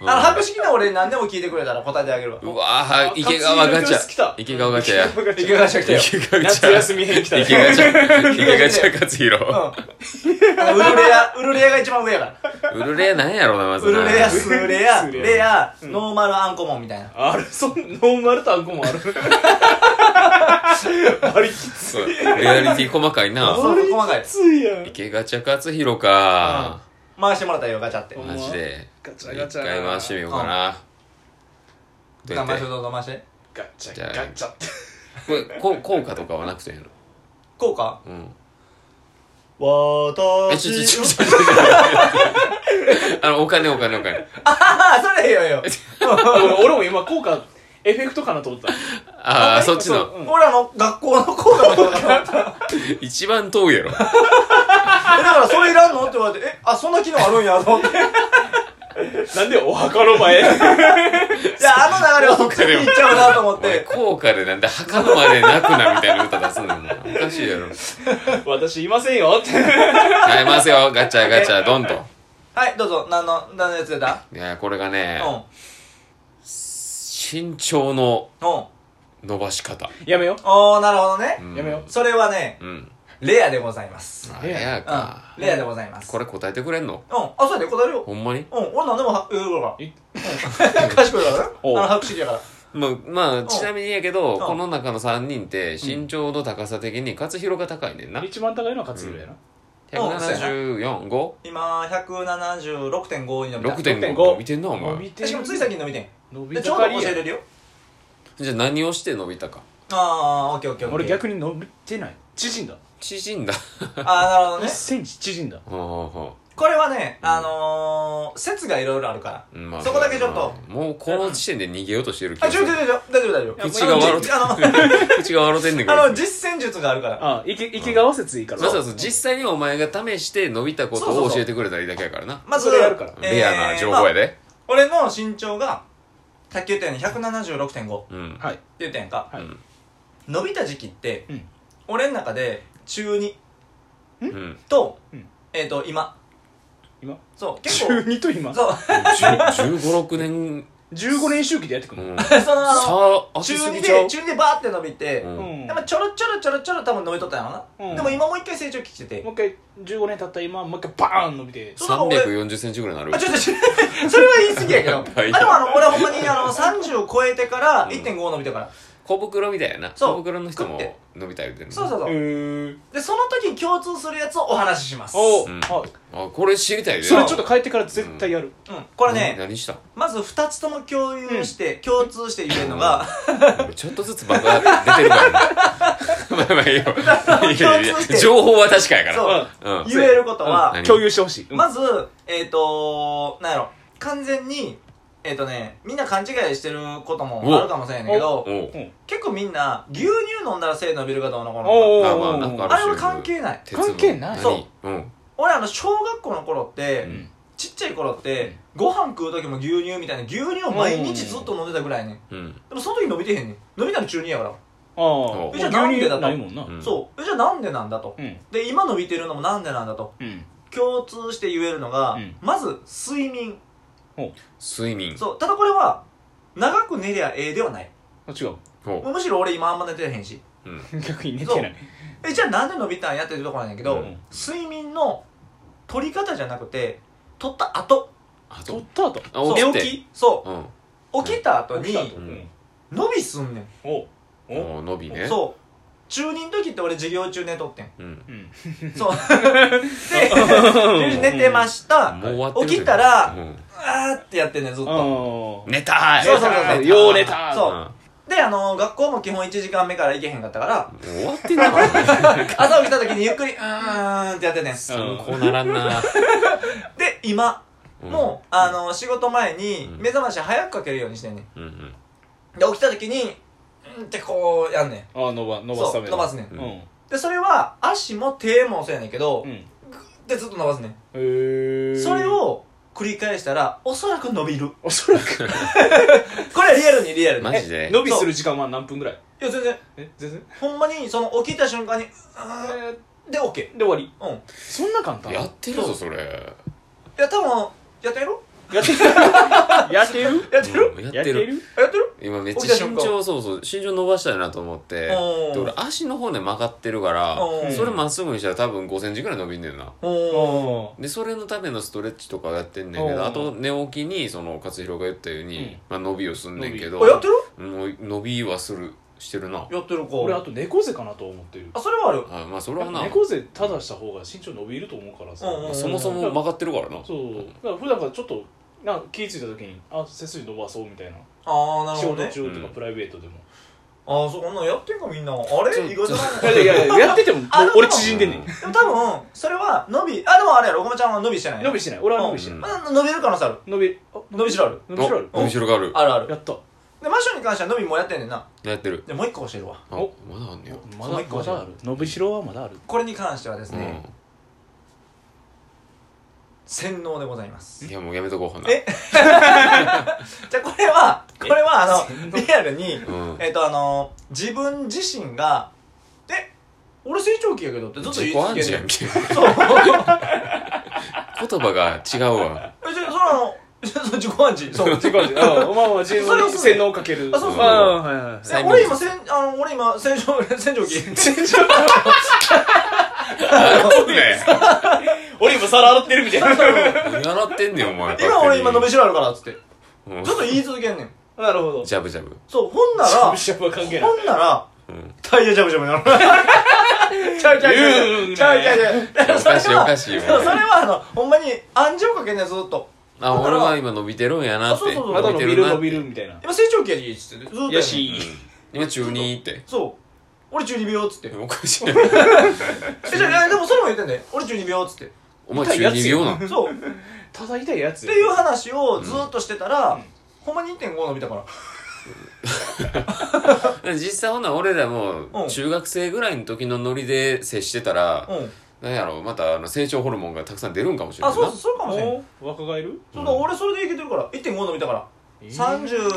あの、博識な俺何でも聞いてくれたら答えてあげるわ。うわー、池川ガチ活躍来たャ。池川ガチャや。池川社来たよ。池川ガチャ。夏休み編来たね池川ガチャ。池川ガチャ勝弘。うん。あのウルレア、ウルレアが一番上やから。ウルレアなんやろな、まずウルな。レア、スレア、スレアレア、ノーマルアンコモンみたいな。あれ、そん、ノーマルとアンコもある。あれ、きつそうレアリティ細かいな。そうそう、細かいき。ついやん。池ガチャ勝弘か。回してもらったらよ、ガチャって。うんマジで。ガチャガ一チャ。回回してみようかな。どうや頑張っしてょ、どうぞ回して。ガチじゃャあガチャって。これこう効果とかはなくてんやろ。こうかうん。わえ、たちょちょちょ ちょちょ。あの、お金お金お金。ああ、それええよええよ。俺俺も今、効果、エフェクトかなと思った。ああ、そっちの。うん俺あの、学校の校歌のことだから。一番遠いやろ。 えだからそれいらんのって言われて、え、あ、そんな機能あるんやと思って。いなんでお墓の前や、あの流れはそっちに行っちゃうなと思っ お前て。効果でなんで墓のまで泣くなみたいな歌出すのもおかしいやろ。私いませんよって。はい、回せ よ。ガチャガチャ、ドンと。はい、どうぞ。何の、何のやつ出たいや、これがうねん。、身長のうん。伸ばし方。やめよ。おー、なるほどねう。んやめよそれはね、うん。レアでございます。あれやかうん。。レアでございます。これ答えてくれんのうん。あ、そうやで、答えるよ。ほんまにうん、俺何でもは言うから。いうん 賢いからね。あおうの、白紙やから。まあ、まあ、ちなみにやけど、んこの中の3人って身長の高さ的に勝弘が高いねんな。一番高いのは勝弘やな。うんそうやな174、5? 今、176.5に伸びた。 6.5見てんなお前てるしかもつい最近伸びてん。伸びで、たちょうどかり教やえれるよ。じゃあ何をして伸びたかあー、オッケーオッケーオッケー。俺逆に伸びてない縮んだ縮んだあー、なるほど1ね。センチ縮んだほうほうほこれはね、うんあのー、説がいろいろあるから。うまあそこだけちょっともうこの時点で逃げようとしてる気あ、がちすょるちょちょちょ、大丈夫大丈夫。口が笑ってあの、 口が笑うてんねんけどあの、実践術があるから。あ池池川説いいからそうそうそう実際にお前が試して伸びたことを教えてくれたらいいだけやからなまず、それやるからえーレアな情報やまあで、俺の身長が、さっき言ったように176.5ってうんはい言ったやんか。はいうん伸びた時期って、うん俺の中で、中2うんと、うんえっ、と、今。今そう、結構、 12と今そう、 1 5六6年、 15年周期でやってくうるん、その、あの、さあ中すぎ2ちゃうで、中2でバーって伸びて、ううんんでもちょろちょろちょろちょろ多分伸びとったんやろな、うんでも今もう一回成長期来てて、もう一回15年経った今もう一回バーン伸びてそうだから俺340センチぐらいになるあ、ちょっと、ちょっとそれは言い過ぎやけど。やあ、ばでいもあの、俺ほんまにあの、30を超えてからん1.5伸びたから。小袋みたいやなそう小袋の人食っもて伸びた言うてるそうそううそう。ーで、その時に共通するやつをお話しします。おうん。んああこれ知りたいでそれちょっと帰ってから絶対やるこれね、何したまず2つとも共有して、共通して言えるのが、ちょっとずつバカ出て るからねまあまあいいよ共通いやいしてや情報は確かやからそううん言えることは何、共有してほしいうんまず、えっ、となんやろ、完全に、えっ、とね、みんな勘違いしてることもあるかもしれんねんけど、おううん結構みんな、牛乳飲んだら背伸びるかどうのこうのおうおうまあまあなんかあれは関係ない。鉄分関係ないそう何うん俺あの、小学校の頃って、うんちっちゃい頃って、ご飯食う時も牛乳みたいな牛乳を毎日ずっと飲んでたぐらいやねんうんでもその時伸びてへんねん伸びたの中2やから、ああえじゃあなんでだとないもんなうんそうえじゃあなんでなんだと、うんで今伸びてるのもなんでなんだとうん共通して言えるのが、うんまず睡眠睡眠そうただこれは長く寝りゃええではないあ違う ほむしろ俺今あんま寝てへんしううん逆に寝てないえじゃあなんで伸びたんやっていうところなんやけど、うん睡眠の取り方じゃなくて取った後あ取っとた後そうあ起き寝て起きそうんう起きた後に起きた後うん伸びすんねんおおおう伸びねそう中2の時って俺授業中寝とってんうんう んそうで寝 てましたもう終わってる起きたらうんあーってやってんねんずっとあ寝たいそうそうそう寝たよう寝たそううんであの学校も基本1時間目から行けへんかったからもう終わってんな 朝起きた時にゆっくりうーんってやってんねん参考ならんなで今もうあの仕事前にうん目覚まし早くかけるようにしてんねうんうんんで起きた時にうんってこうやんねんあ伸ば伸ばそすたうめ伸ばすねんうんでそれは足も手もそうやねんけどうんでずっと伸ばすねんへえそれを繰り返したらおそらく伸びるおそらく これはリアルにリアルにマジで伸びする時間は何分ぐらいいや全然え全然ほんまにその起きた瞬間にうーんえで OK ーで終わりうんいそんな簡単やってるぞそれや多分やってやろうやってるやってるやってるうんややっっててるるやってる今めっちゃ起身きた瞬長そうそう身長伸ばしたいなと思ってでおー俺足の方ね曲がってるからおーそれまっすぐにしたら多分5センチぐらい伸びんねんなおーおでそれのためのストレッチとかやってんねんけおどーあと寝起きにその勝弘が言ったように、うんまあ、伸びをすんねんけどあやってるもう伸びはするしてるなやってるかー俺あと猫背かなと思ってるあそれはあるあまあそれはな猫背ただした方が身長伸びると思うからさ、うんうんそもそも曲がってるからなそうだから普段からちょっとなんか気ぃ付いた時にあ背筋伸ばそうみたいなああなる仕ほど事ね中とうかんプライベートでも、ああそんなんやってんかみんなあちょれ意外とないちないやいややっててももう あでも俺縮んでんねんでも多分それは伸びあでもあれやろ岡本ちゃんは伸びしてない伸びしてない俺は伸びしてうなんい、まあ伸びる可能性ある伸びあ伸びしろある伸びしろあるお伸びしろがあるあるあるやったでマッションに関しては伸びもやってんねんなやってるでもう一個教えるわあおまだあんねやまその一だ個まだある伸びしろはまだあるこれに関してはですね、う洗脳でございますんいやもうやめとこうほなえじゃあこれはこれはあのリアルにうんえっとあの自分自身が「え俺成長期やけど」ってずっと言自い己暗続けて示やるんけそう 言葉が違うわえじゃあその そう自己暗示そう 違う違うあまあまあ自それ分をにする洗脳かけるあそうそうあはいはいえ俺今せんあの俺今成長成長期洗 俺今皿洗ってるみ たいな習ってんねんお前今俺今伸びしろあるからっつってうんずっと言い続けんねんなるほどジャブ ジャブそうほんならしゃほぶしゃぶは関係ないんならうんタイヤジャブジャブになるちゃうちゃうちゃうちゃうちゃうちゃうおかしいおかしいよそれはそうそれはあのほんまに暗示をかけんねんずっとあ俺は今伸びてるんやなってあそうそうそうまだ伸びるな伸びるみたいな今成長期やでいいっつってずっとやねんよし今中二ってそう俺12秒っつっておかしい えじゃあいやでもそれも言ってんで俺12秒っつってお前中二病なのそうって叩いたいやつよいう話をずっとしてたら、ほんま2.5伸びたから実際ほな俺らもうん中学生ぐらいの時のノリで接してたらうんなんやろまたあの成長ホルモンがたくさん出るんかもしれあないなそうそうそうかもしれんお若返るそうだ俺それでいけてるから1.5伸びたから、えー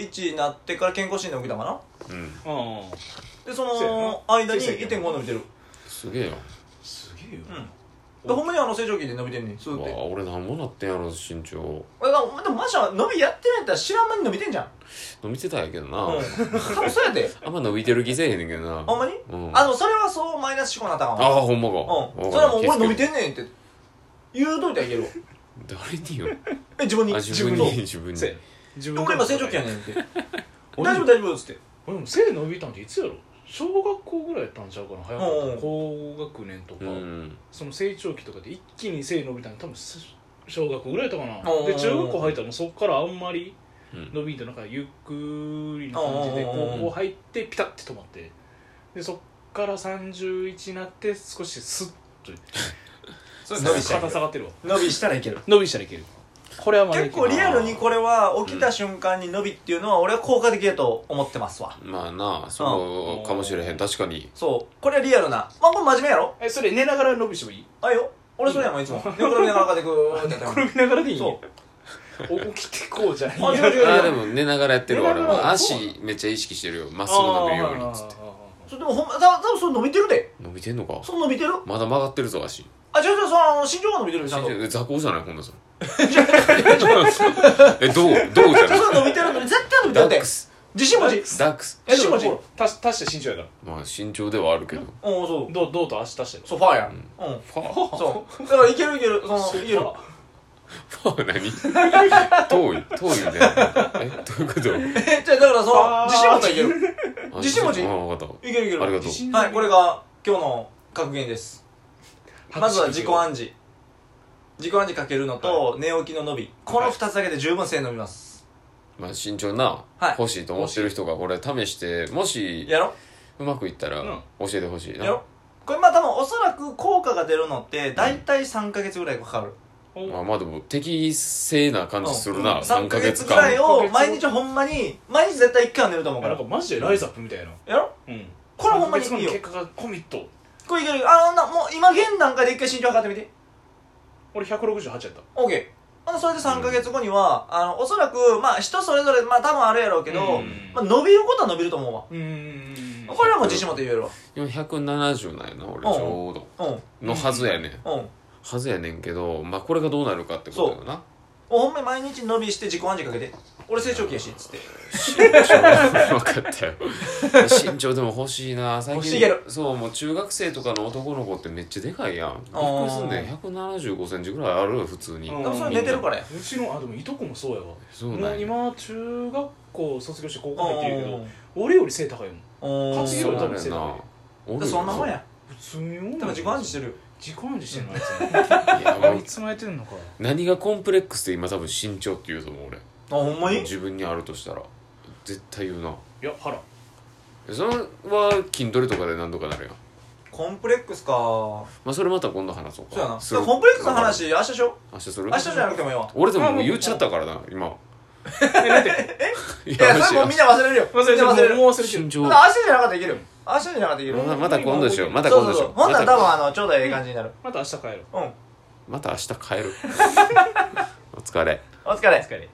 31になってから健康診断受けたかなうんうんでそそうやのな間にそうやな1.5伸びてるすげえよすげえようんでほんまにあの成長期で伸びてんねんスうーっわて俺なんぼなってんやろ身長えだからでもマシャ伸びやってないんやったら知らん間に伸びてんじゃん伸びてたんやけどなうん多分そうやであんま伸びてる気せえへんねんけどなほんまにうんあでもそれはそうマイナス思考になったかもああほんまかうん。それはもう俺伸びるてんねんって言うといたらいけるわ。誰 によえ、自分に。あ自分にに自分にせや自俺今成長期やねんって。大俺丈夫大丈夫っつって。俺も背伸びたんっていつやろ小学校ぐらいやったんちゃうかな早かったうんうのん高学年とか、うんその成長期とかで一気に背伸びたん多分す小学校ぐらいやったかうんうんうなんで中学校入ったらもうそこからあんまりうん伸びんとなんかゆっくりな感じでうんうんうんう高ん校入ってピタッて止まってでそっから31になって少しスッといってそれれ伸伸びびししたたららいけ肩下がってるわ伸びしたらいける。伸びしたらいけるこれはまだい結ける構リアルにこれは起きた瞬間に伸びっていうのは俺は効果的だと思ってますわ。まあなそうかもしれへん確かにそう。これはリアルな。まあこれ真面目やろえそれ寝ながら伸びしてもいいあいいよ。俺それやもんいつも。寝転びながらでグーってやって転る。びながらでいいんやそお起きてこうじゃないんやあ違う違うあ違うーでも寝ながらやってるわ俺寝ながもら足めっちゃ意識してるよまっすぐ伸びるようにっつってそうでもほんま、た多分それ伸びてるで。伸びてんのかそう伸びてるまだ曲がってるぞ足あ、違う違う、そのあの身長が伸びてるよちゃんと。違う違う、雑魚じゃないほんなさ えどうどうじゃないそれ伸びてるのに絶対伸びてダるッでク。ス自信持ち。ダックスえ、自信持ち。足うん、足足して身長やからまあ身長ではあるけど そう。どうどうと足足してそう、ファーやん。うん。ファーそう。だからいけるいける。その、いける。ファー何遠い遠いみたいなえどういうことえ、じゃあだからその、あー自信持ちはいける。あ自信持ちあ分かっいけるいける。たありがとう自信はい、これが今日の格言です。まずは自己暗示。自己暗示かけるのと、寝起きの伸び。この二つだけで十分性伸びます。まあ身長なはい欲しいと思ってる人がこれ試してもしやろうまくいったらうん教えてほしいなやろこれまあ多分おそらく効果が出るのって、だいたい3ヶ月ぐらいかかる。まあまあでも適正な感じするな3 3ヶヶ月月ぐらい間を毎日ほんまに、毎日絶対1回は寝ると思うかなんらか。マジでライザップみたいなやろうんこれほんまにいそのいよ結。果がコミットこれいける。あのな、もう今現段階で一回身長測ってみて。俺168やった OK ほんでそれで3ヶ月後には、あのおそらくまあ人それぞれまあ多分あるやろうけど、うんまあ、伸びることは伸びると思うわうーんこれはもう自信持って言えるわ今170なんやな俺ちょうどうんのはずやねんうんはずやねんけどまあこれがどうなるかってことだよなほんまに毎日伸びして自己暗示かけて俺成長期やしっつって 分かっ たよ身長でも欲しいな最欲しいやろそうもう中学生とかの男の子ってめっちゃでかいやんびっくあーりすんねん175センチぐらいあるよ普通にうでんもそれ寝てるからやうちのあでもいとこもそうやわそうもなうんや今中学校卒業して高校入ってるけどう俺より背高いもんんうん活そ用うだなもんんやなおるでよそんなもんや普通に多いもん多分自己暗示してるよ自己暗示してんのあ いいやつもあういつもやってんのか何がコンプレックスで今多分身長って言うと思うあほんま俺に自分にあるとしたら絶対言うないや腹それは筋トレとかで何とかなるやんコンプレックスかまあそれまた今度話そうかそうやなするコンプレックスの話明日しよ明日すうる明日じゃなくてもいいわ俺でももう言っちゃったからな今えいやそれもうみんな忘れるよ忘れてみんな忘れるもう忘れてる身長ほんなら明日じゃなかったらいけるよ明日じゃなかったらいけるまだまた今度でしょまたそう今そ度うそでしうょほんならま多た分あのちょうどええ感じになるまた明日帰ろううん また明日帰るお疲れお疲れ疲れ